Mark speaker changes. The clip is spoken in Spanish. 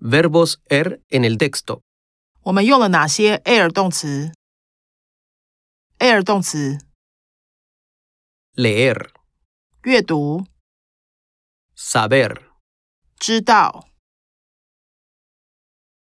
Speaker 1: Verbos er en el texto.
Speaker 2: 我们用了哪些 air 动词？air 动词
Speaker 1: Leer,
Speaker 2: 阅读、
Speaker 1: saber,
Speaker 2: 知道、